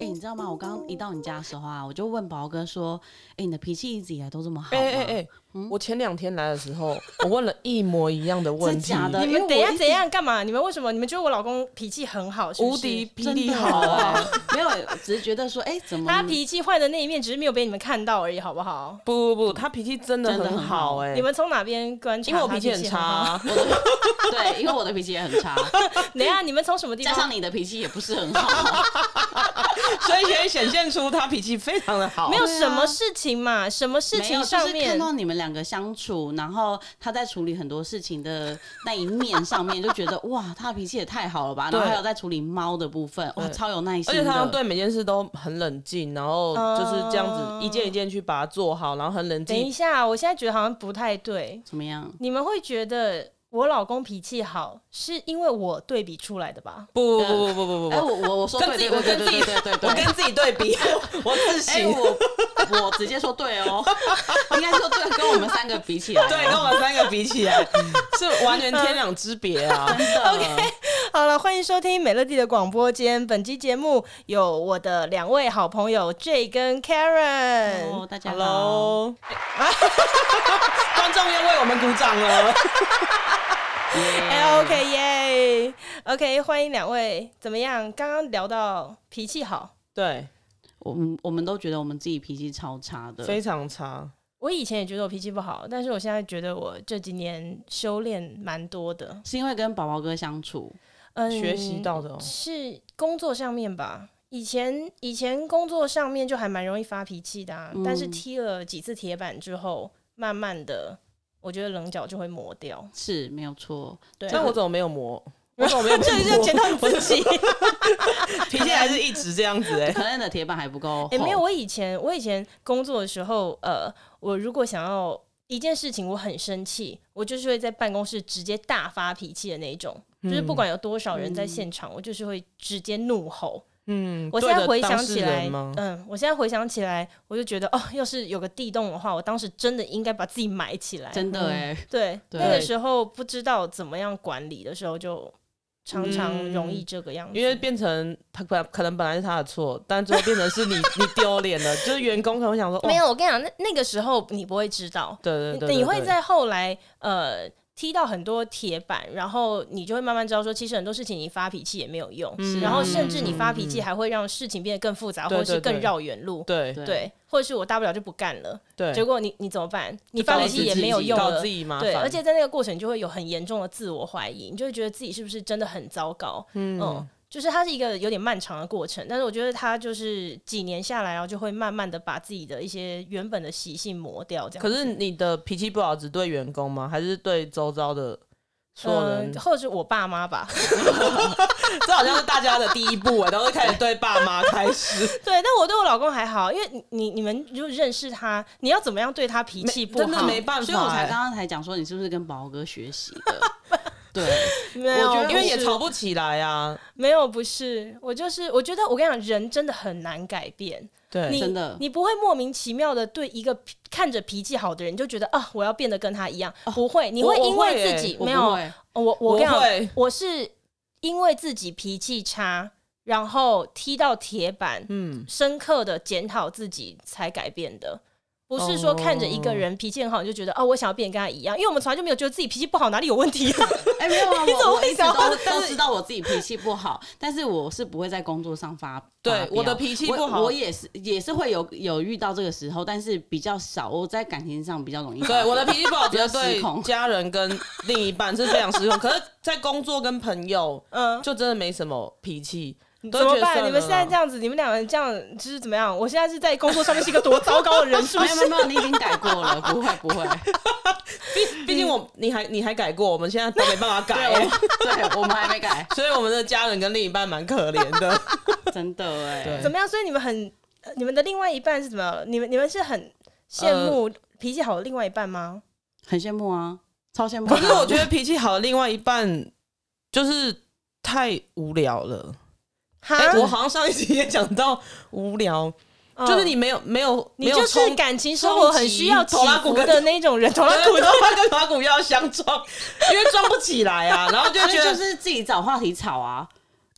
哎、你知道吗？我刚刚一到你家的时候啊，我就问宝哥说：“哎、你的脾气一直以来都这么好吗？”哎哎哎，我前两天来的时候， 我问了一模一样的问题，真假的你因为我们等一下一直怎样干嘛？你们为什么？你们觉得我老公脾气很好，是不无是敌霹真雳的好啊！哦，没有，只是觉得说，哎、怎么他脾气坏的那一面，只是没有被你们看到而已，好不好？不不不，他脾气真的真的很很好好哎、你们从哪边观察？因为我脾气很差好。啊， 对？因为我的脾气也很差， 等一下，你们从什么地加上方？你的脾气也不是很好，所以可以显现出他脾气非常的好。没有什么事情嘛，什么事没有，情就上是看面到你们两个相处，然后他在处理很多事情的那一面上面，就觉得哇，他的脾气也太好了吧。然后对还有在处理猫的部分，哇，对超有耐而心且他的。对每件事都很冷静，然后就是这样子一件一件去把它做好，然后很冷等一静。下，我现在觉得好像不太对。怎么样？你们会觉得我老公脾气好，是因为我对比出来的吧？不不不不不不哎、不，我我我说跟对自己对我对对跟对自己对对对我跟自己对比，我自哎、省。我我直接说对哦，应该说对，跟我们三个比起来，哦对，跟我三个比起来，是完全天壤之别啊！真的。OK， 好了，欢迎收听美乐蒂的广播间。本期节目有我的两位好朋友 J 跟 Karen。哦，大家好。 Hello，观众又为我们鼓掌了。哎，OK 耶，OK，欢迎两位。怎么样？刚刚聊到脾气好， 对，我们我们都觉得我们自己脾气超差的，非常差。我以前也觉得我脾气不好，但是我现在觉得我这几年修炼蛮多的，是因为跟宝宝哥相处，嗯，学习到的哦是工作上面吧。以前以前工作上面就还蛮容易发脾气的、啊，嗯但是踢了几次铁板之后，慢慢的，我觉得棱角就会磨掉。是没有错。对，那我怎么没有 磨？我怎么没 有磨？这就检讨你自己。脾气还是一直这样子哎。可能你的铁板还不哦够厚，哎、没有，我以前我以前工作的时候，呃，我如果想要一件事情，我很生气，我就是会在办公室直接大发脾气的那一种， 就是嗯不管有多少人在现场，我就是会直接怒吼。嗯，我对现在着回当想事起来人吗，嗯，我现在回想起来，我就觉得哦，要是有个地洞的话，我当时真的应该把自己埋起来。真的哎、对，对那个时候不知道怎么样管理的时候，就常常容易这个样子。嗯因为变成他本可能本来是他的错，但最后变成是你你丢脸了，就是员工可能会想说，哇没，有，我跟你讲，那那个时候你不会知道，对对对对对，你会在后来呃踢到很多铁板，然后你就会慢慢知道说，其实很多事情你发脾气也没有用，嗯然后甚至你发脾气还会让事情变得更复杂，对或者对是对更绕远路。对对对，或者是我大不了就不干了，对，结果你你怎么办？你搞发脾气也没有用搞了自。己麻烦，对，而且在那个过程，你就会有很严重的自我怀疑，你就会觉得自己是不是真的很糟糕。嗯就是它是一个有点漫长的过程，但是我觉得它就是几年下来，然后就会慢慢的把自己的一些原本的习性磨掉，这样子。可是你的脾气不好只对员工吗？还是对周遭的所有人嗯，？或者是我爸 妈吧。这好像是大家的第一步哎，都是开始对爸妈开 始，对，但我对我老公还好，因为你你你们就认识他，你要怎么样对他脾气不好？真的没办法，所以我才刚刚才讲说你是不是跟宝哥学习的？对，没有我觉得因为也啊不是吵不起来啊，没有不是，我就是我觉得我跟你讲，人真的很难改变。对，你真的你不会莫名其妙的对一个脾看着脾气好的人就觉得啊，我要变得跟他一样，不会，你我会啊我因会为欸自己我没不有会哦我我我跟你会讲，我是因为自己脾气差，然后踢到铁板，嗯，深刻的检讨自己才改变的，不是说看着一个人脾气很好你就觉得哦，我想要变得跟他一样，因为我们从来就没有觉得自己脾气不好，哪里有 问题、啊？哎、没有啊，我怎么我会一直想到都都知道我自己脾气不好，但是我是不会在工作上发。对发飙我的脾气不好我我也是也是会有有遇到这个时候，但是比较少。我在感情上比较容易发嗯对，飙。我的脾气不好，觉得失控对家人跟另一半是非常失控。可是，在工作跟朋友， 嗯，就真的没什么脾气，怎么办？你们现在这样，样子，你们两个人这样就是怎么样？我现在是在工作上面是一个多糟糕的人，是 不哎没有没有是？没有，你已经改过了，不会不会。 毕毕竟我你还你还改过，我们现在都没办法 改、欸对，我对我们还没改，所以我们的家人跟另一半蛮可怜 的。真的哎、对怎么样？所以你们很，呃你们的另外一半是怎么样？你们你们是很羡呃慕脾气好的另外一半吗？很羡慕啊，超羡慕啊。可是我觉得脾气好的另外一半就是太无聊了。哈、啊哎哎、我好像上一集也讲到无聊，嗯就是你没有没有没你有就是冲感情生活很需要起头拉骨伏跟的 那种人，头拉骨头发跟头骨要相撞，因为撞不起来 啊，然后就所以觉得，就是自己找话题吵啊。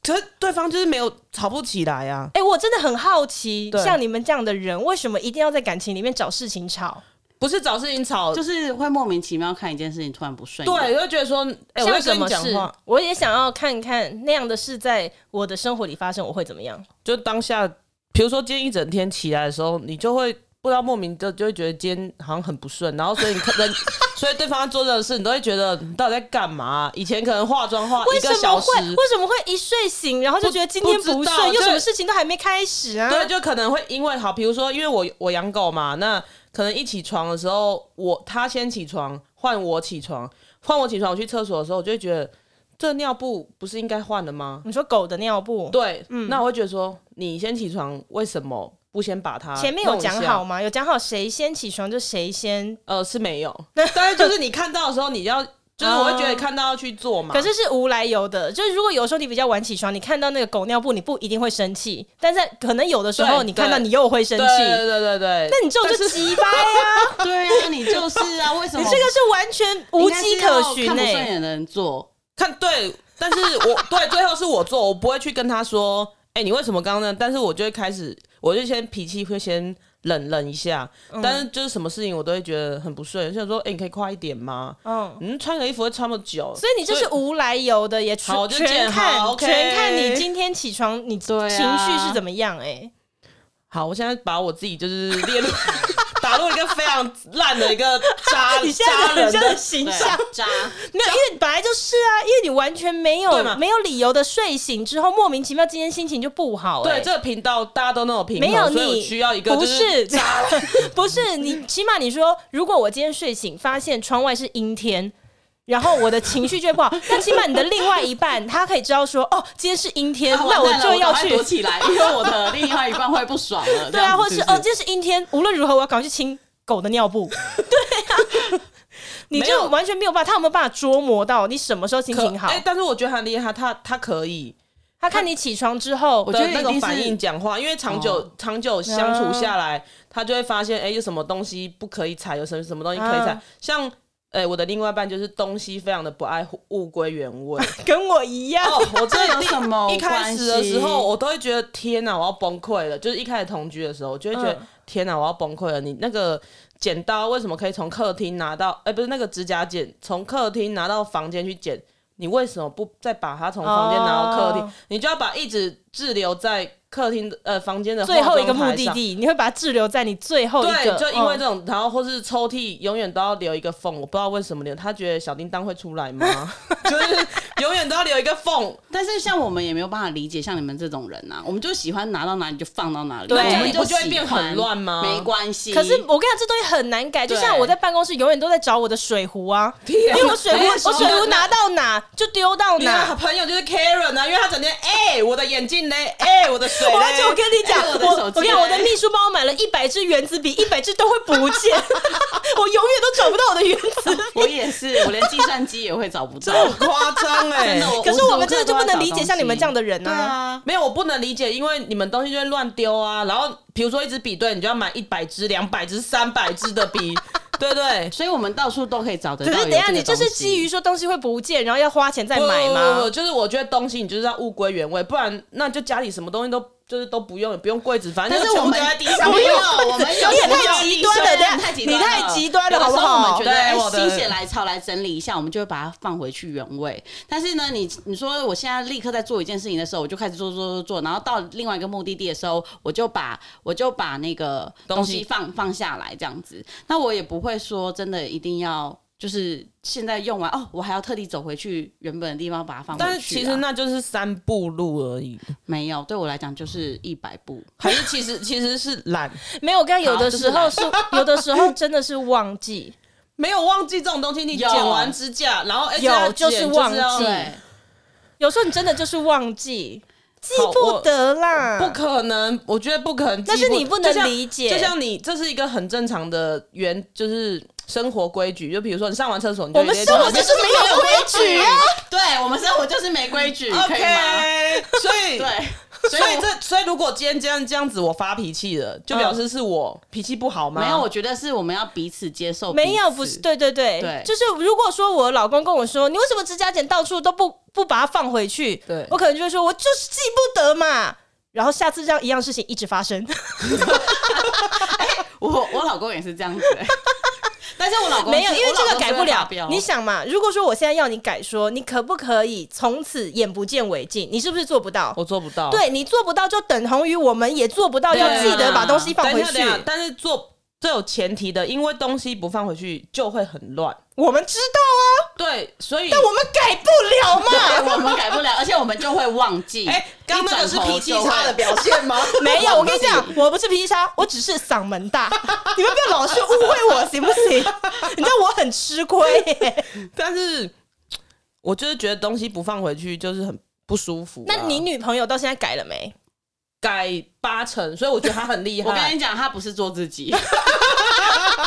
可是对方就是没有吵不起来啊。哎、我真的很好奇，对像你们这样的人，为什么一定要在感情里面找事情吵？不是找事情吵，就就是会莫名其妙看一件事情突然不顺眼，对，就觉得说，哎、我像在什跟你么讲事话，？我也想要看看那样的事在我的生活里发生，我会怎么样？就当下，比如说今天一整天起来的时候，你就会不知道莫名就就会觉得今天好像很不顺，然后所以你可 能，所以对方在做这个事，你都会觉得你到底在干嘛啊、以前可能化妆化为一什个小么时会，为什么会一睡醒，然后就不觉得今天不知不道顺，又就什么事情都还没开始啊？对，就可能会因为好，比如说，因为我我养狗嘛，那可能一起床的时候，我他先起床，换我起床，换我起床，我去厕所的时候，我就会觉得这尿布不是应该换了吗？你说狗的尿布，对，嗯那我会觉得说，你先起床，为什么不先把它前面有弄一讲下好吗？有讲好谁先起床就谁先，呃，是没 有，但是就是你看到的时候，你要就是我会觉得看到要去做嘛。可是是无来由的。就是如果有时候你比较晚起床，你看到那个狗尿布，你不一定会生气，但在可能有的时候对你看到对你又会生对气。对对对对，那你这种就鸡掰啊！对啊，你就是啊，为什么你这个是完全无迹可应该是循要看不哎、顺欸眼的人做，看对，但是我对最后是我做，我不会去跟他说，哎、你为什么刚刚呢？但是我就会开始，我就先脾气会先冷冷一下，嗯但是就是什么事情我都会觉得很不顺，就想说，哎、你可以快一点吗？嗯，嗯，穿个衣服会穿那么久，所以你这是无来由的，也全好我就全见看、好，OK 全看你今天起床你情对啊绪是怎么样哎、好，我现在把我自己就是列入打入一个非常烂的一个渣 你现在渣的人你啊现在的的形对象。渣， 没有，因为本来就是啊，因为你完全没对有嘛没有理由的睡醒之后，莫名其妙今天心情就不好、哎对，这个频道大家都那么平衡，没有所以我你需要一个不就是 不是你，起码你说，如果我今天睡醒发现窗外是阴天。然后我的情绪就会不好，但起码你的另外一半他可以知道说，哦，今天是阴天，啊那完蛋了就要赶快去躲起来，因为我的另外一半会不爽了。对啊，或者是是哦，，今天是阴天，无论如何我要赶快去清狗的 尿布。对啊，你没就有完全没有办法，他有没有办法捉摸到你什么时候心可情好哎、？但是我觉得很厉害，他他可以他看你起床之后我，觉的得一那个定反是应讲话，因为长久、哦长久相处下来，他就会发现，哎、有什么东西不可以踩，有什么什么东西可以踩，啊像哎、我的另外一半就是东西非常的不爱护物归原位。跟我一样，哦，我真这 的有什么一开始的时关候，系我都会觉得天哪，我要崩溃了。就是一开始同居的时候，我就会觉得、嗯天哪，我要崩溃了。你那个剪刀为什么可以从客厅拿到？哎、不是那个指甲剪，从客厅拿到房间去剪，你为什么不再把它从房间拿到客厅？哦你就要把一直滞留在客厅的呃房间的最化后妆一个目台的上。地，你会把它滞留在你最后一个，对，就因为嗯这种，然后或是抽屉永远都要留一个缝，我不知道为什么留。他觉得小叮当会出来 吗？就是永远都要留一个缝，但是像我们也没有办法理解像你们这种人啊，我们就喜欢拿到哪里就放到哪里，对我那这们样你不就喜会欢变很乱吗没关系，可是我跟你讲，这东西很难改，就对像我在办公室永远都在找我的水壶啊，因为我水壶没有我水那壶拿到哪就丢到你的哪。朋友就是 Karen 啊，因为他整天哎、我的眼 镜嘞，哎、我的水嘞，我而且我跟你讲，哎我我的手机跟你讲，嘞我的秘书帮我买了一百支原子笔，一百支都会不见，我永远都找不到我的原子笔。我也是，我连计算机也会找不这到。啊很夸张哎 真的，我可是我们真的就不能理无时无刻都在找东解西像你们这样的人对啊！啊，没有，我不能理解，因为你们东西就会乱丢啊。然后比如说一支笔对，你就要买一百支、两百支、三百支的 笔，对不对？所以我们到处都可以找得可到。是等一下，你就是基于于说东西会不见，然后要花钱再不买不不不吗？就是我觉得东西你就是要物归原位，不然那就家里什么东西都就是都不用，也不用柜子，反正但就是我全部们丢在地上。没有，我们有你也时候太极端有时了候等一下太极端了你太极端了有的时候好不好我们觉得对哎我的心血来潮来整理一下，我们就会把它放回去原位。但是呢，你你说我现在立刻在做一件事情的时候，我就开始做做做做，然后到另外一个目的地的时候，我就把我就把那个东东西西放放下来这样子。那我也不会说真的一定要。就是现在用完哦，我还要特地走回去原本的地方把它放回去啊、 但是其实那就是三步路而已，没有，对我来讲就是一百步。还是其实其实是懒，没有，我跟你讲有好的就是时候懒是有的时候真的是忘记，没有忘记这种东西。你有剪完指甲，然后哎有这样就是剪忘要记对，有时候你真的就是忘记，记好不我得啦，不可能，我觉得不可能。但是记你不能就像理解就像你这是一个很正常的原，就是生活规矩。就比如说你上完厕所，你就我们直接生走活就是没有规矩啊。 对我们生活就是没规矩，可以吗？ OK，所以对，所以这所以如果今天这样这样子我发脾气了，嗯就表示是我脾气不好吗？没有，我觉得是我们要彼此接受彼此，没有，不是，对对对，对就是如果说我老公跟我说，你为什么指甲剪到处都不不把它放回去？对我可能就会说，我就是记不得嘛。然后下次这样一样事情一直发生，我我老公也是这样子、欸， 但是我老公 没有，是因为我老这个公改是不会发了飙。你想嘛，如果说我现在要你改说，你可不可以从此眼不见为净？你是不是做不到？我做不到。对你做不到，就等同于我们也做不到，对啊要记得把东西放等一下，回去等一。下，但是做这有前提的，因为东西不放回去就会很乱。我们知道啊，对，所以但我们改不了嘛。 对，我们改不了，而且我们就会忘记。哎，刚刚那个是一转头脾气就会差的表现吗？ 没有，我跟你讲，我不是脾气差，我只是嗓门 大。你们不要老是误会我，行不 行？你知道我很吃亏耶。但是我就是觉得东西不放回去就是很不舒服啊。 那你女朋友到现在改了没？改八成，所以我觉得他很厉 害。我跟你讲，他不是做自己，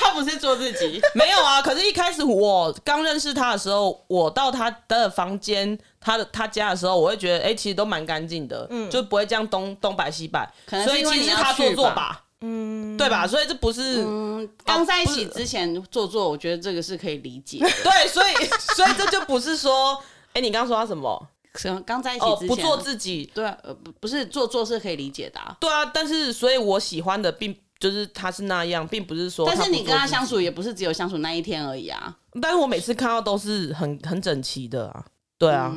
他不是做自己。没有啊，可是一开始我刚认识他的时候，我到他的房间、他的他家的时候，我会觉得，哎、其实都蛮干净的，就不会这样东东摆西摆。嗯可能所是以因为其你实要是他去做作吧吧，嗯，对吧？所以这不是、嗯，刚在一起哦之前做做，我觉得这个是可以理 解。 对，所以所以这就不是说，哎、你刚刚说他什么？可能刚在一起哦，之前、不做自己，对啊，呃，不不是做做是可以理解的、啊。对啊。但是，所以我喜欢的并就是他是那样，并不是说。但是你跟他相，处也不是只有相处那一天而已啊。但是我每次看到都是很很整齐的啊，对啊。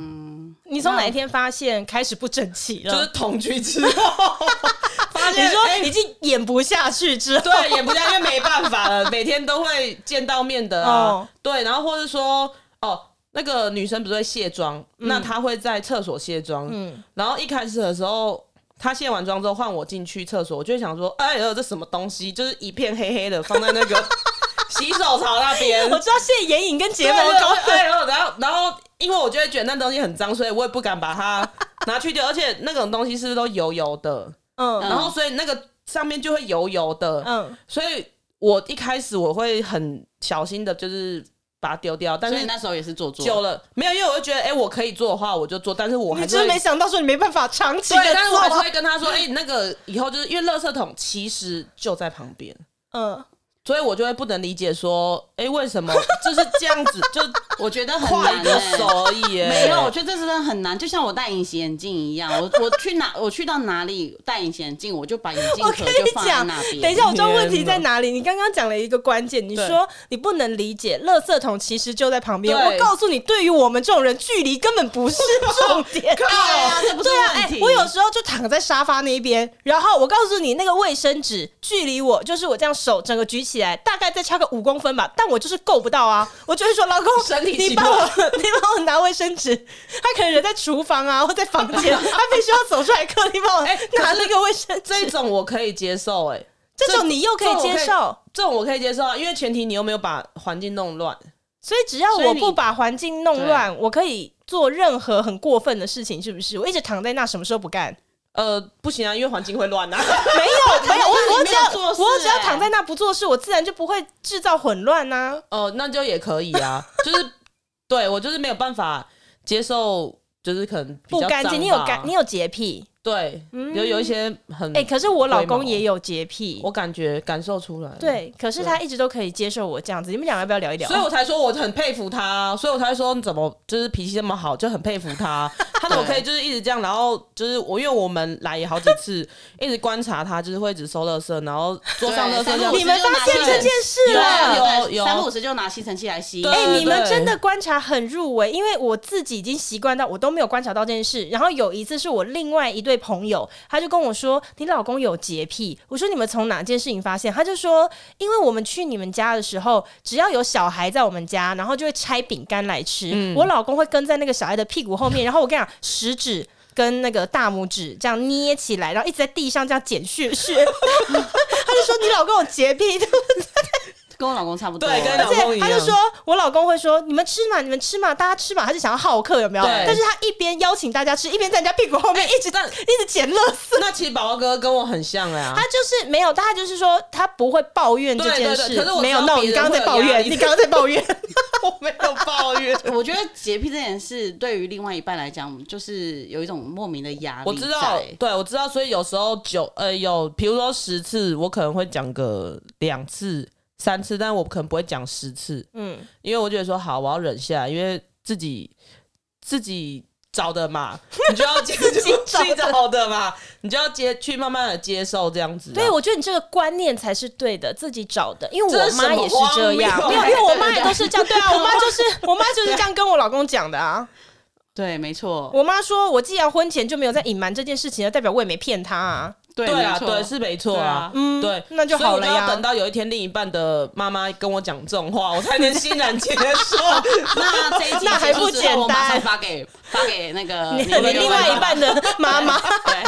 你从哪一天发现开始不整齐就是了？同居之后， 发你现说哎已经演不下去之后，对，也不像，因为没办法了，每天都会见到面的啊。哦对，然后或是说，哦，那个女生不是会卸妆，那她会在厕所卸妆。嗯，然后一开始的时候，她卸完妆之后换我进去厕所，我就会想说，哎呦，这什么东西？就是一片黑黑的，放在那个 洗手槽那边。我知道现在眼影跟睫对毛对膏，对哎呦，然后然后，因为我就会觉得那东西很脏，所以我也不敢 把它拿去丢。而且那种东西是不是都油油的？嗯然后所以那个上面就会油油的。嗯，所以我一开始我会很小心的，就是把它丢掉，但所以是那时候也是做做。久了没有，因为我就觉得，哎、我可以做的话我就做，但是我你还是真会的没想到说你没办法长期对，的但是我还是做啊会，跟他啊说，哎、那个以后就是因为垃圾桶其实就在旁边，嗯，所以我就会不能理解说，哎、为什么就是这样子，就我觉得很跨一难、个欸。手而已、哎没有，我觉得这真的很难，就像我戴隐形眼镜一样，我我去哪，我去到哪里戴隐形眼镜，我就把眼镜我壳跟就你放在讲那，边。等一下，我知道天问题在哪哪里。你刚刚讲了一个关键，你对说你不能理解，垃圾桶其实就在旁边。对我告诉你，对于我们这种人，距离根本不 是重点。对啊，这不是对 啊，问哎、题。我有时候就躺在沙发那边，然后我告诉你，那个卫生纸距离我就是我这样手整个举起来，大概再差个五公分吧，但我就是够不到啊。我就会说，老公，身体你奇帮怪我，你帮我拿卫生纸。他可能人在厨房啊，或在房 间，他必须要走出来客厅帮我哎可是拿那个卫生纸。这种我可以接受、哎，这种你又可以接这种受。这种我可以接受啊，因为前提你又没有把环境弄乱。所以只要所以我你不把环境弄乱，我可以做任何很过分的事情，是不是？我一直躺在那，什么时候不干？呃，不行啊，因为环境会 乱啊。没有，没有，我我只要没有做事我只要欸躺在那不做事，我自然就不会制造混乱啊呐、哦，那就也可以啊，就是对我就是没有办法接受，就是可能比不较干脏净，你有吧嗯干，你有洁癖，对，有有一些很哎、可是我老龟毛公也有洁癖我，感觉感受出来，，对，可是他一直都可以接受我这样子。你们两个要不要聊一聊？所以我才说我很佩服他，所以我才说你怎么就是脾气这么好，就很佩服他， 他怎么可以就是一直这样，然后就是我因为我们来也好几次，一直观察他，就是会一直收垃圾，然后桌上垃圾对这样你们我就拿发现这个这件事有了对。有啊有三不五十就拿吸尘器来吸。对哎、你们对真的观察很入微，因为我自己已经习惯到我都没有观察到这件事。然后有一次是我另外一对朋友，他就跟我说：“你老公有洁癖。”我说：“你们从哪件事情发现？”他就说：“因为我们去你们家的时候，只要有小孩在我们家，然后就会拆饼干来吃。嗯我老公会跟在那个小孩的屁股后面，然后我跟你讲，食指。”跟那个大拇指这样捏起来，然后一直在地上这样捡屑屑， 他就说你老公有洁癖， 跟我老公差不多。啊对跟而老公且一他样就说，我老公会说：“你们吃嘛，你们吃嘛，大家吃嘛。”他就想要好客，有没有？对但是他一边邀请大家吃，一边在人家屁股后面一直、但一直捡乐色。那其实宝宝哥跟我很像哎、啊他，就是没有，他就是说他不会抱怨这对件对事，对可是我没有知道弄。别你人刚刚在会有抱压怨，力 你刚刚在抱怨， 我没有抱怨。我觉得洁癖这件事对于另外一半来讲，就是有一种莫名的压力。 我知道，对我知道，所以有时候九呃有，比如说十次，我可能会讲个两次、三次，但我可能不会讲十次，嗯，因为我觉得说好，我要忍下，因为自己自己找的嘛，你就要接自己找的找的嘛，你就要接去慢慢的接受这样子啊、对，我觉得你这个观念才是对的，自己找的，因为这我是什妈么也是荒这样，谬没有，啊因为我对妈对也对都是这样，对啊，我 妈就是我妈就是这样跟我老公讲的啊。对，没错，我妈说，我既然婚前就没有在隐瞒这件事情了，代表我也没骗她啊。对对啊，啊，没错对，是没错对啊啊，嗯对，那就好所了呀以我要等到有一天另一半的妈妈跟我讲这种话，我才能欣然接 受。那这一集那还结束不之后简我马单上发给发给那呃个你的你另外一半的 妈妈，对，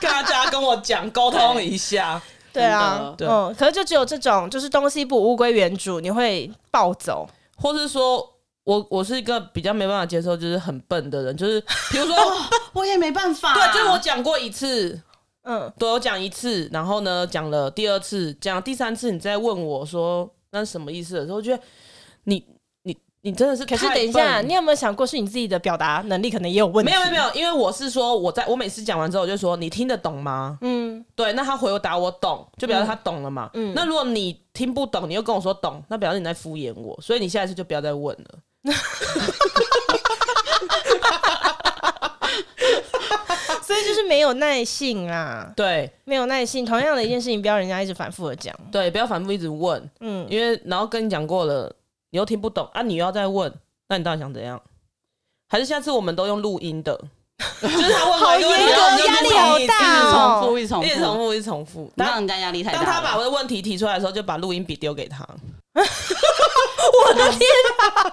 跟大家跟我讲沟通一下，对啊，真的嗯，可是就只有这种，就是东西不物归原主，你会暴走。或是说我我是一个比较没办法接受，就是很笨的人，就是比如说，哦我也没办法、对，啊就是我讲过一次，嗯，对我讲一次，然后呢讲了第二次，讲第三次，你再问我说那是什么意思的时候，我觉得你你你真的是可是太等一下，笨你有没有想过是你自己的表达能力可能也有问题？没有没有没，有，因为我是说我在我每次讲完之后，我就说你听得懂吗？嗯，对，那他回答我懂，就表示他懂了嘛。嗯嗯那如果你听不懂，你又跟我说懂，那表示你在敷衍我，所以你下一次就不要再问了。啊所以就是没有耐性啊，对没有耐性。同样的一件事情，不要人家一直反复的讲。对，不要反复一直问， 嗯，因为然后跟你讲过了，你又听不懂啊，你又要再问，那你到底想怎样？还是下次我们都用录音的， 就是他问我一个问题，好严格然后你就压力一直重好复大哦嗯重复一直重复，一直重复，一直重复。让当人家压力太大当了。他把我的问题提出来的时候，就把录音笔丢给他。啊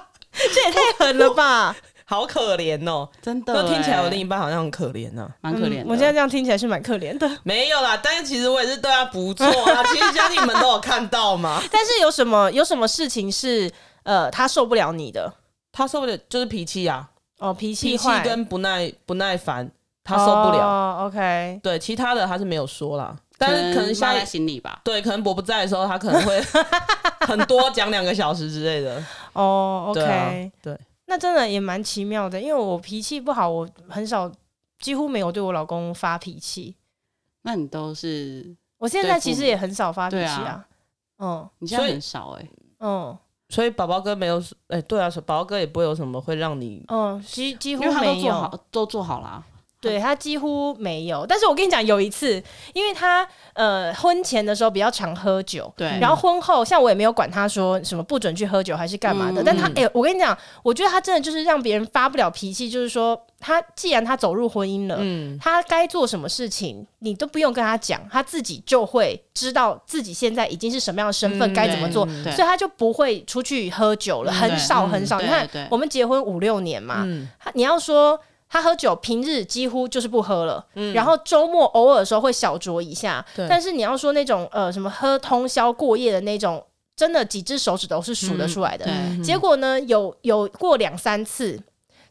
这也太狠了吧！好可怜哦，真的、那听起来我有另一半好像很可怜呢、 啊蛮可怜的、嗯我现在这样听起来是蛮可 怜的。没有啦，但是其实我也是对他不错 啦。其实家你们都有看到嘛，但是有什么有什么事情是呃他受不了你的他受不了就是脾气啊，哦，脾气脾气坏，跟不耐不耐烦，他受不了。哦、OK，对，其他的他是没有说啦，但是可能放下在一心里吧。对，可能我不在的时候，他可能 会很多讲两个小时之类的。哦，OK，对啊，对，那真的也蛮奇妙的，因为我脾气不好，我很少，几乎没有对我老公发脾气。那你都是我现对在父其实母也很少发脾气对啊啊。嗯你现在所以很少哎、嗯所以宝宝哥没有，哎、对啊，宝宝哥也不会有什么会让你嗯，几几因乎为他都没做有。好，嗯都做好啦。对他几乎没有，但是我跟你讲，有一次，因为他呃婚前的时候比较常喝酒，对然后婚后像我也没有管他说什么不准去喝酒还是干嘛的，嗯但他哎嗯、我跟你讲，我觉得他真的就是让别人发不了脾气，就是说他既然他走入婚姻了，嗯，他该做什么事情，你都不用跟他讲，他自己就会知道自己现在已经是什么样的身份，嗯该怎么做，对对所以他就不会出去喝酒了，嗯很对少嗯很少。你对看对，我们结婚五六年嘛，嗯他你要说。他喝酒，平日几乎就是不喝了，嗯然后周末偶尔的时候会小酌一下。对但是你要说那种呃什么喝通宵过夜的那种，真的几只手指头是数嗯得出来的。对，结果呢，有有过两三次，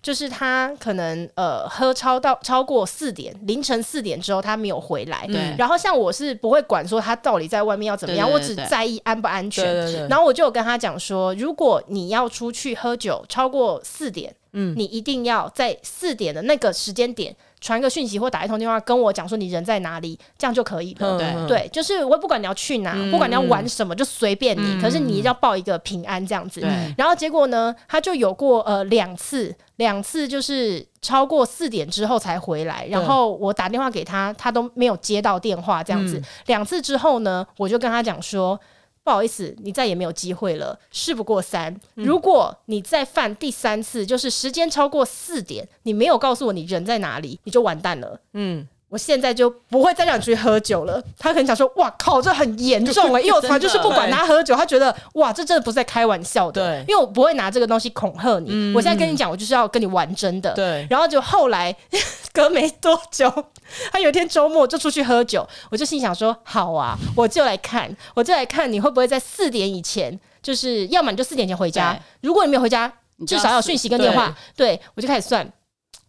就是他可能呃喝超到超过四点，凌晨四点之后他没有回来。对然后像我是不会管说他到底在外面要怎么样，对对我对只对在意安不安全。对对对，然后我就有跟他讲说，如果你要出去喝酒超过四点，嗯你一定要在四点的那个时间点传个讯息或打一通电话跟我讲说你人在哪里，这样就可以了。嗯对嗯对，就是我不管你要去哪，嗯不管你要玩什么，就随便你。嗯可是你要报一个平安这样子。对然后结果呢，他就有过呃两次，两次就是超过四点之后才回来，然后我打电话给他，他都没有接到电话，这样子。嗯两次之后呢，我就跟他讲说。不好意思，你再也没有机会了。事不过三，嗯如果你再犯第三次，就是时间超过四点，你没有告诉我你人在哪里，你就完蛋了。嗯，我现在就不会再让你出去喝酒了。他可能想说，哇靠，这很严重欸了，因为我从来就是不管他喝酒，他觉得哇，这真的不是在开玩笑的，对因为我不会拿这个东西恐吓你。我现在跟你讲，我就是要跟你玩真的。对，然后就后来隔没多久，他有一天周末就出去喝酒，我就心想说：好啊，我就来看，我就来看你会不会在四点以前，就是要么你就四点前回家对，如果你没有回家，你就要至少要有四讯息跟电话。对我就开始算。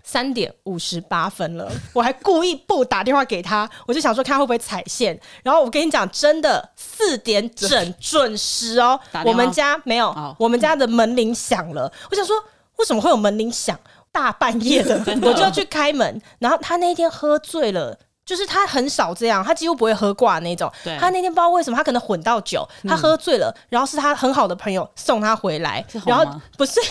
三点五十八分了，我还故意不打电话给他，我就想说看他会不会踩线。然后我跟你讲，真的四点整准时哦打，电话我们家没有，哦我们家的门铃响了。我想说，为什么会有门铃响？大半夜 的，我就要去开门。然后他那一天喝醉了。就是他很少这样，他几乎不会喝挂那种对。嗯他那天不知道为什么，他可能混到酒，他喝醉了，然后是他很好的朋友送他回来是，红然后吗 不是，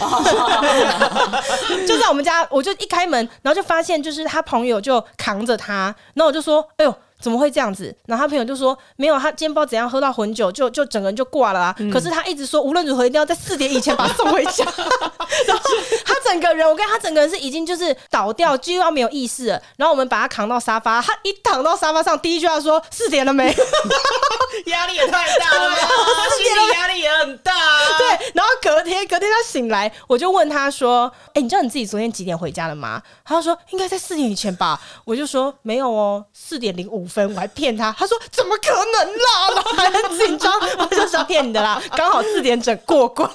就在我们家，我就一开门，然后就发现就是他朋友就扛着他，然后我就说：“哎呦，怎么会这样子？”然后他朋友就说：“没有，他今天不知道怎样喝到混酒，就就整个人就挂了嗯啊。可是他一直说无论如何一定要在四点以前把他送回 家。然后他整个人，我跟他整个人是已经就是倒掉，几乎要没有意识了。然后我们把他扛到沙发，他一躺到沙发上，第一句话说：“四点了没？”压力也太大了吧， 心理压力也很大、啊。 对，然后隔天隔天他醒来，我就问他说：“哎、你知道你自己昨天几点回家的吗？”他就说：“应该在四点以前吧。”我就说：“没有哦，四点零五分。”我还骗他，他说：“怎么可能啦？” 然后还很紧张，我就说：“骗你的啦，刚好四点整过 关。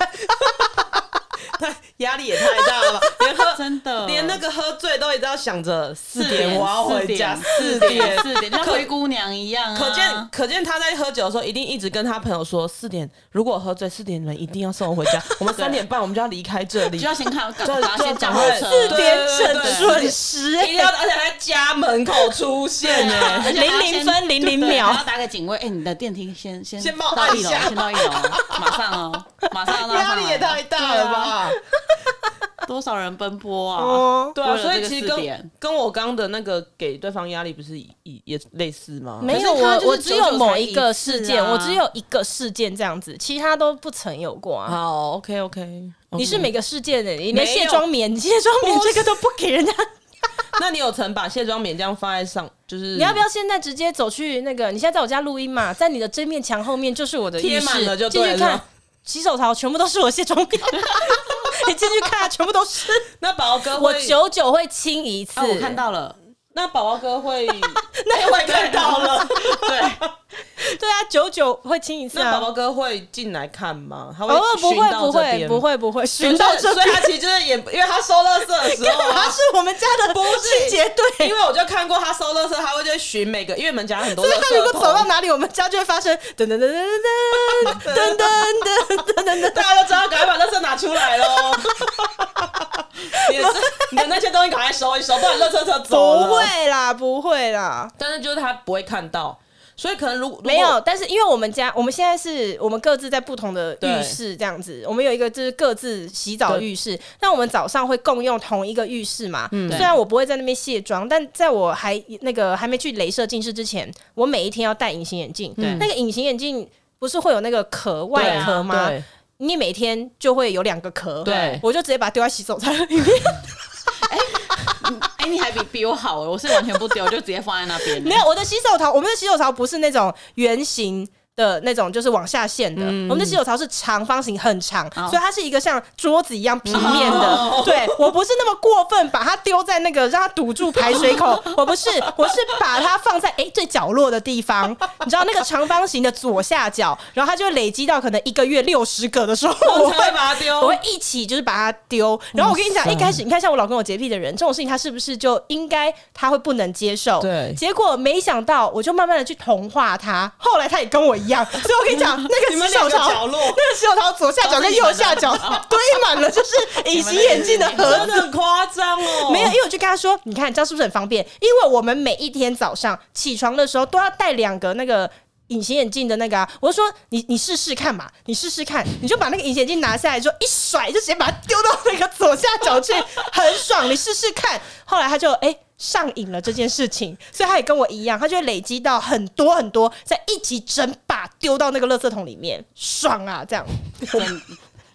压力也太大 了吧，连喝真的连那个喝醉都一直要想着嗯四点点我要回家，四四点点四点，就像灰姑娘一样啊。可见，可见他在喝酒的时候，一定一直跟他朋友说：四点，如果我喝醉，四点你们一定要送我回 家。我们三点半我们就要离开这里，就要先看，就把先讲赶好快车，四”四点对对整对准时、一定要，而且还在家门口出现欸呢、啊而且还要先00分00秒对还要打给警卫。哎，你的电梯先先先帮我到按一一楼，下先到一楼，马上哦，马上让他压上力来哦也太大了吧？多少人奔波啊哦！对啊，为了所这以个其实四点跟跟我刚的那个给对方压力不是也也类似吗？没有可是他我，就是我只有久久某才一一个次事件，我啊只有一个事件这样子，其他都不曾有过啊。好，OK OK，你是每个事件的，你没连卸有妆棉、 卸妆棉这个都不给人家那你有曾把卸妆棉这样放在上，就是你要不要现在直接走去那个？你现在在我家录音嘛，在你的这面墙后面就是我的贴浴室满了就进对去了看洗手槽，全部都是我卸妆品。 你进去看，全部都 是。那宝宝哥我会，久久会清一次，哦啊，我看到了， 那宝宝哥 会，那我也看到了。 对，对啊，久久会清一次那宝啊。宝哥会进来看吗？他偶尔不寻会，到不这会，边不吗，会，不会，寻寻到这所以他边。其实就是也，因为他收垃圾的时 候 他啊，是我们家的不是清洁队，因为我就看过他收垃圾，他会就寻每个，因为你们家很多垃 所以他如圾果桶，走到哪里，我们家就会发生噔噔噔噔噔噔噔噔噔噔噔。大家都知道，赶快把垃圾拿出来喽！ 你的 你的那些东西赶快收一收，不然垃圾车 走了不，会啦，不会啦。但是就是他不会看到，所以可能如果没有，，但是因为我们家我们现在是我们各自在不同的对浴室这样子，我们有一个就是各自洗澡对嗯浴室，但我们早上会共用同一个浴室嘛。对虽然我不会在那边卸妆，但在我还那个还没去镭射近视之前，我每一天要戴隐形眼镜。对那个隐形眼镜不是会有那个壳如果外壳吗？对你每天就会有两个壳，对我就直接把它丢在洗手台里面。哎，你还比比我好，我是完全不丢，就直接放在那边。没有，我的洗手槽，我们的洗手槽不是那种圆形。的那种就是往下陷的，我们的洗手槽是长方形，很长，所以它是一个像桌子一样平面的。哦对我不是那么过分，把它丢在那个让它堵住排水口，我不是，我是把它放在诶最角落的地方，你知道那个长方形的左下角，然后它就会累积到可能一个月六十个的时候，我我会才会把它我丢会。一起就是把它丢。然后我跟你哦哇讲，塞一开始你看像我老公有洁癖的人，这种事情他是不是就应该他会不能接受？对结果没想到，我就慢慢的去同化他，后来他也跟我一 样。所以我跟你讲，那你个们洗两手个角槽。落，哦那个洗手槽左下角跟右下角堆满了，就是隐形眼镜的盒真子的。很夸张哦！没有，因为我就跟他说，你看这样是不是很方便？因为我们每一天早上起床的时候都要戴两个那个。隐形眼镜的那个、啊，我就说你你试试看嘛，你试试看，你就把那个隐形眼镜拿下来，就一甩，就直接把它丢到那个左下角去，很爽，你试试看。后来他就哎、上瘾了这件事情，所以他也跟我一样，他就会累积到很多很多，再一起整把丢到那个垃圾桶里面，爽啊！这样真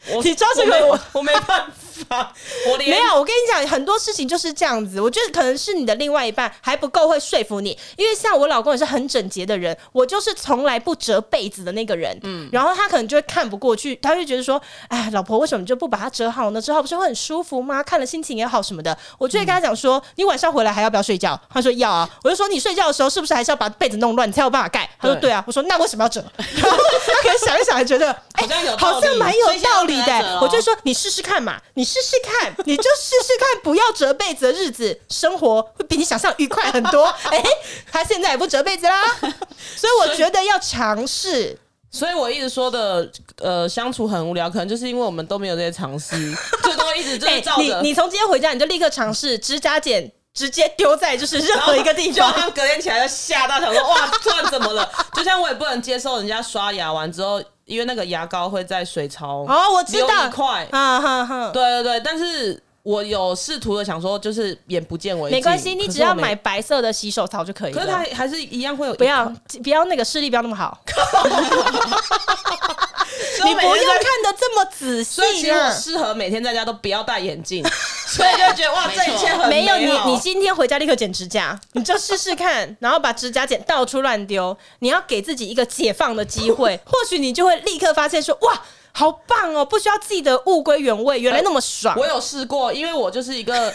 我，你知道这我个我没我没办法，我连 没有，我跟你讲，很多事情就是这样子。我觉得可能是你的另外一半还不够会说服你，因为像我老公也是很整洁的人，我就是从来不折被子的那个人。嗯，然后他可能就会看不过去，他就觉得说：“哎，老婆，为什么你就不把它折好呢？折好不是会很舒服吗？看了心情也好什么的。”我就会跟他讲说：“你晚上回来还要不要睡觉？”他说：“要啊。”我就说：“你睡觉的时候是不是还是要把被子弄乱，你才有办法盖？”他说：“对对啊。”我说：“那为什么要折？” 然后他可能想一想，还觉得哎好像有道理 好像蛮有道所以现在不能折哦理的、我就说你试试看嘛，你你试试看， 你就试试看，不要折被子的日子，生活会比你想象愉快很 多。哎、他现在也不折被子啦，所以我觉得要尝试。所以我一直说的，呃，相处很无聊，可能就是因为我们都没有这些常 识，最多一直就是哎、照着、你你从今天回家，你就立刻尝试指甲剪，直接丢在就是任何一个地就 方。他们隔天起来就吓到，想说哇，突然怎么了？就像我也不能接受人家刷牙完之后，因为那个牙膏会在水槽哦，我知流道一，块。啊哈哈，对对对，但是我有试图的想说，就是眼不见为净。没关系，你只要买可白色的洗手槽就可以是我没，可是它了。还是一样会有一不块。要不要那个视力不要那么好，所以你我不每天用啊在。看的这么仔所以细其实我了。适合每天在家都不要戴眼镜，所以就觉得哇，没这错一切很 没有美好你，你今天回家立刻剪指甲，你就试试看，然后把指甲剪到处乱丢。你要给自己一个解放的 机会，或许你就会立刻发现说，哇，好棒哦，不需要自己的物归原位，原来那么爽。我有试过，因为我就是一 个，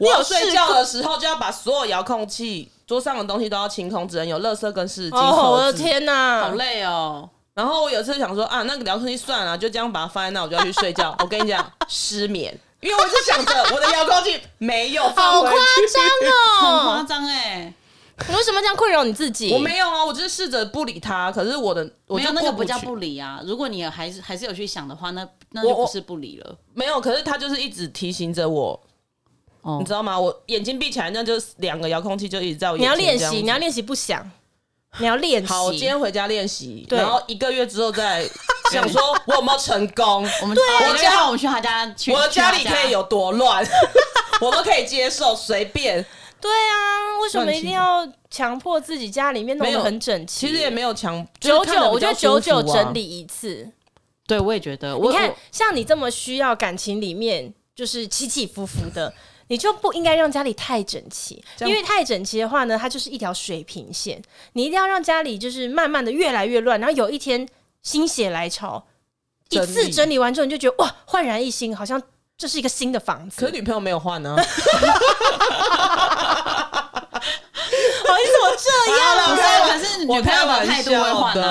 你我有要试过睡觉的时候就要把所有遥控器、桌上的东西都要清空，只能有垃圾跟湿巾、哦，我盒的子。天哪，好累哦。然后我有一次想说啊，那个遥控器算了，就这样把它放在那，我就要去睡觉。我跟你讲，失眠，因为我就想着我的遥控器没有放好回去。夸很嗯张夸 哦！张哎，你为什么这样困扰你自己？我没有啊，我就是试着不理他，可是我的我没就有那过个不叫去不理啊。如果你还是还是有去想的话，那那就我不是不理了。没有，可是他就是一直提醒着我，哦你知道吗？我眼睛闭起来，那就是两个遥控器就一直在我你眼要前练这样子习，你要练习不想，你要练习。好，我今天回家练习，对然后一个月之后 再想说我有没有成功，我们啊我我家我们去他家，去我的家里去他可以有多乱， 我都可以接受，随便。对啊，为什么乱七一定要强迫自己家里面弄没得有很整齐？其实也没有强，九就是看九，我觉得比较九舒服啊九整。理一次。对，我也觉得。我你看我，像你这么需要感情里面就是起起伏伏的， 你就不应该让家里太整齐，这因样为太整齐的话呢，它就是一条水平线。你一定要让家里就是慢慢的越来越乱，然后有一天心血来潮，一整次理整理完之后，你就觉得哇，焕然一新，好像这是一个新的房子。可是女朋友没有换 哦呢、 好，你怎么这样不是我可是我女朋开友的玩态度会笑换的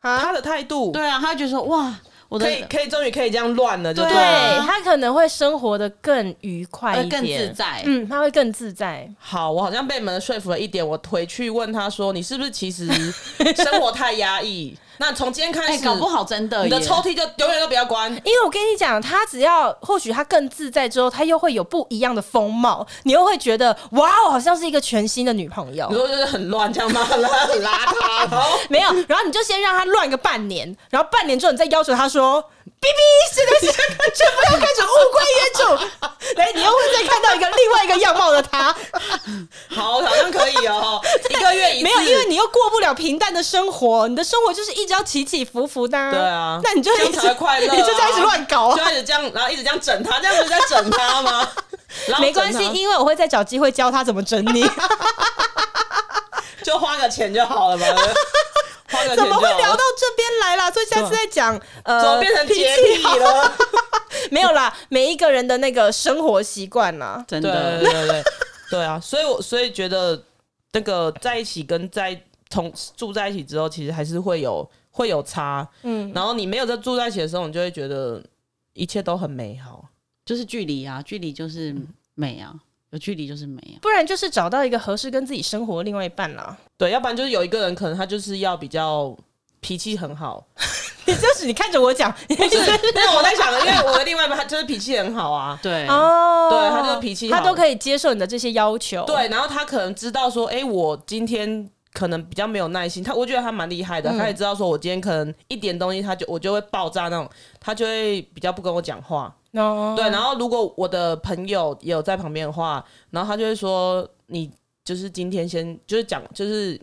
啊，，啊她？的态度对啊，他觉得说哇，我的可以可以终于可以这样乱了，就对了啊他可能会生活的更愉快呃一点，更自在。嗯，他会更自在。好，我好像被你们说服了一点。我回去问他说：“你是不是其实生活太压抑？那从今天开哎，始，搞不好真的你的耶抽屉就永远都不要关。”因为我跟你讲，他只要或许他更自在之后，他又会有不一样的风貌，你又会觉得哇哦，好像是一个全新的女朋友你。说就是很乱这样吗？很邋遢，然后没有，然后你就先让他乱个半年，然后半年之后你再要求他说：“哔哔，现在是全部要开始物归原主。” 来，你又会再看到一个另外一个样貌 的他，好好像可以哦，一个月一次。没有，因为你又过不了平淡的生活，你的生活就是一直要起起伏伏的、对啊那你就这样一直才会快乐啊 你就开始乱搞就啊。一直这样，然后一直这样整他，这样不是在整他吗？然后没关系，整因为我会再找机会教他怎么整理。他就花个钱就好了嘛。花个钱就怎么好会了聊到这边来啦？所以下次再讲，怎么呃，变成脾洁气癖好了？ 没有啦，每一个人的那个生活习惯啊 啦。真对对的，对对对对啊！所以我所以觉得那个在一起跟在同住在一起之后，其实还是会有会有差。嗯，然后你没有在住在一起的时候，你就会觉得一切都很美好。就是距离啊，距离就是美啊，有距离就是美啊。不然就是找到一个合适跟自己生活的另外一半 啦。对，要不然就是有一个人可能他就是要比较脾气 很好，你就是你看着我 讲，你是？ 那我在想，因为我的另外一半他就是脾气很好啊，对，哦，对他就是脾气好他都可以接受你的这些要求。，对，然后他可能知道说，哎、我今天。可能比较没有耐心，他我觉得他蛮厉害的，嗯他也知道说我今天可能一点东西，他就我就会爆炸那种，他就会比较不跟我讲话。哦，对，然后如果我的朋友也有在旁边的话，然后他就会说你就是今天先就是讲就是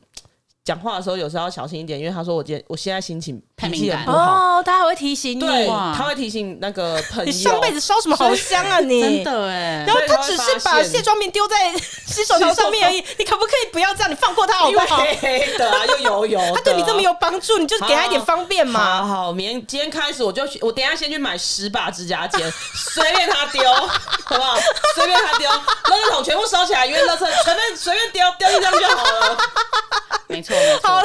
讲话的时候有时候要小心一点，因为他说我今天我现在心情太脾敏气很感不好，哦，他还会提醒对，你，哇他会提醒那个朋友。你上辈子烧什么好香啊你？真的哎然。后他所只以他是会发把现卸妆棉丢在 洗手槽上面而已，你可不可以不要这样？你放过他好因不为好？黑黑的、啊、又油油的， 他对你这么有帮助，你就给他一点方便嘛好。好，明天今天开始我就去，我等一下先去买十把指甲剪， 随便他丢，好不好？随便他丢，垃圾桶全部收起来，因为垃圾 随便随便丢丢进这样就好了。没错，没错。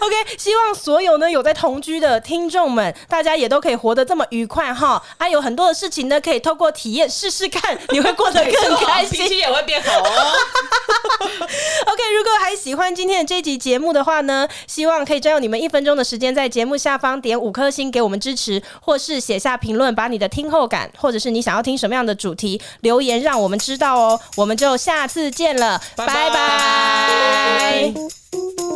OK，希望所有呢有在同居的听众们，大家也都可以活得这么愉快哈。啊，有很多的事情呢，可以透过体验试试看，你会过得更开心脾。气也会变 好 哦。 OK，如果还喜欢今天的这集节目的话呢，希望可以占用你们一分钟的时间，在节目下方点五颗星给我们支持，或是写下评论，把你的听后感，或者是你想要听什么样的主题留言，让我们知道哦。我们就下次见了，拜拜拜拜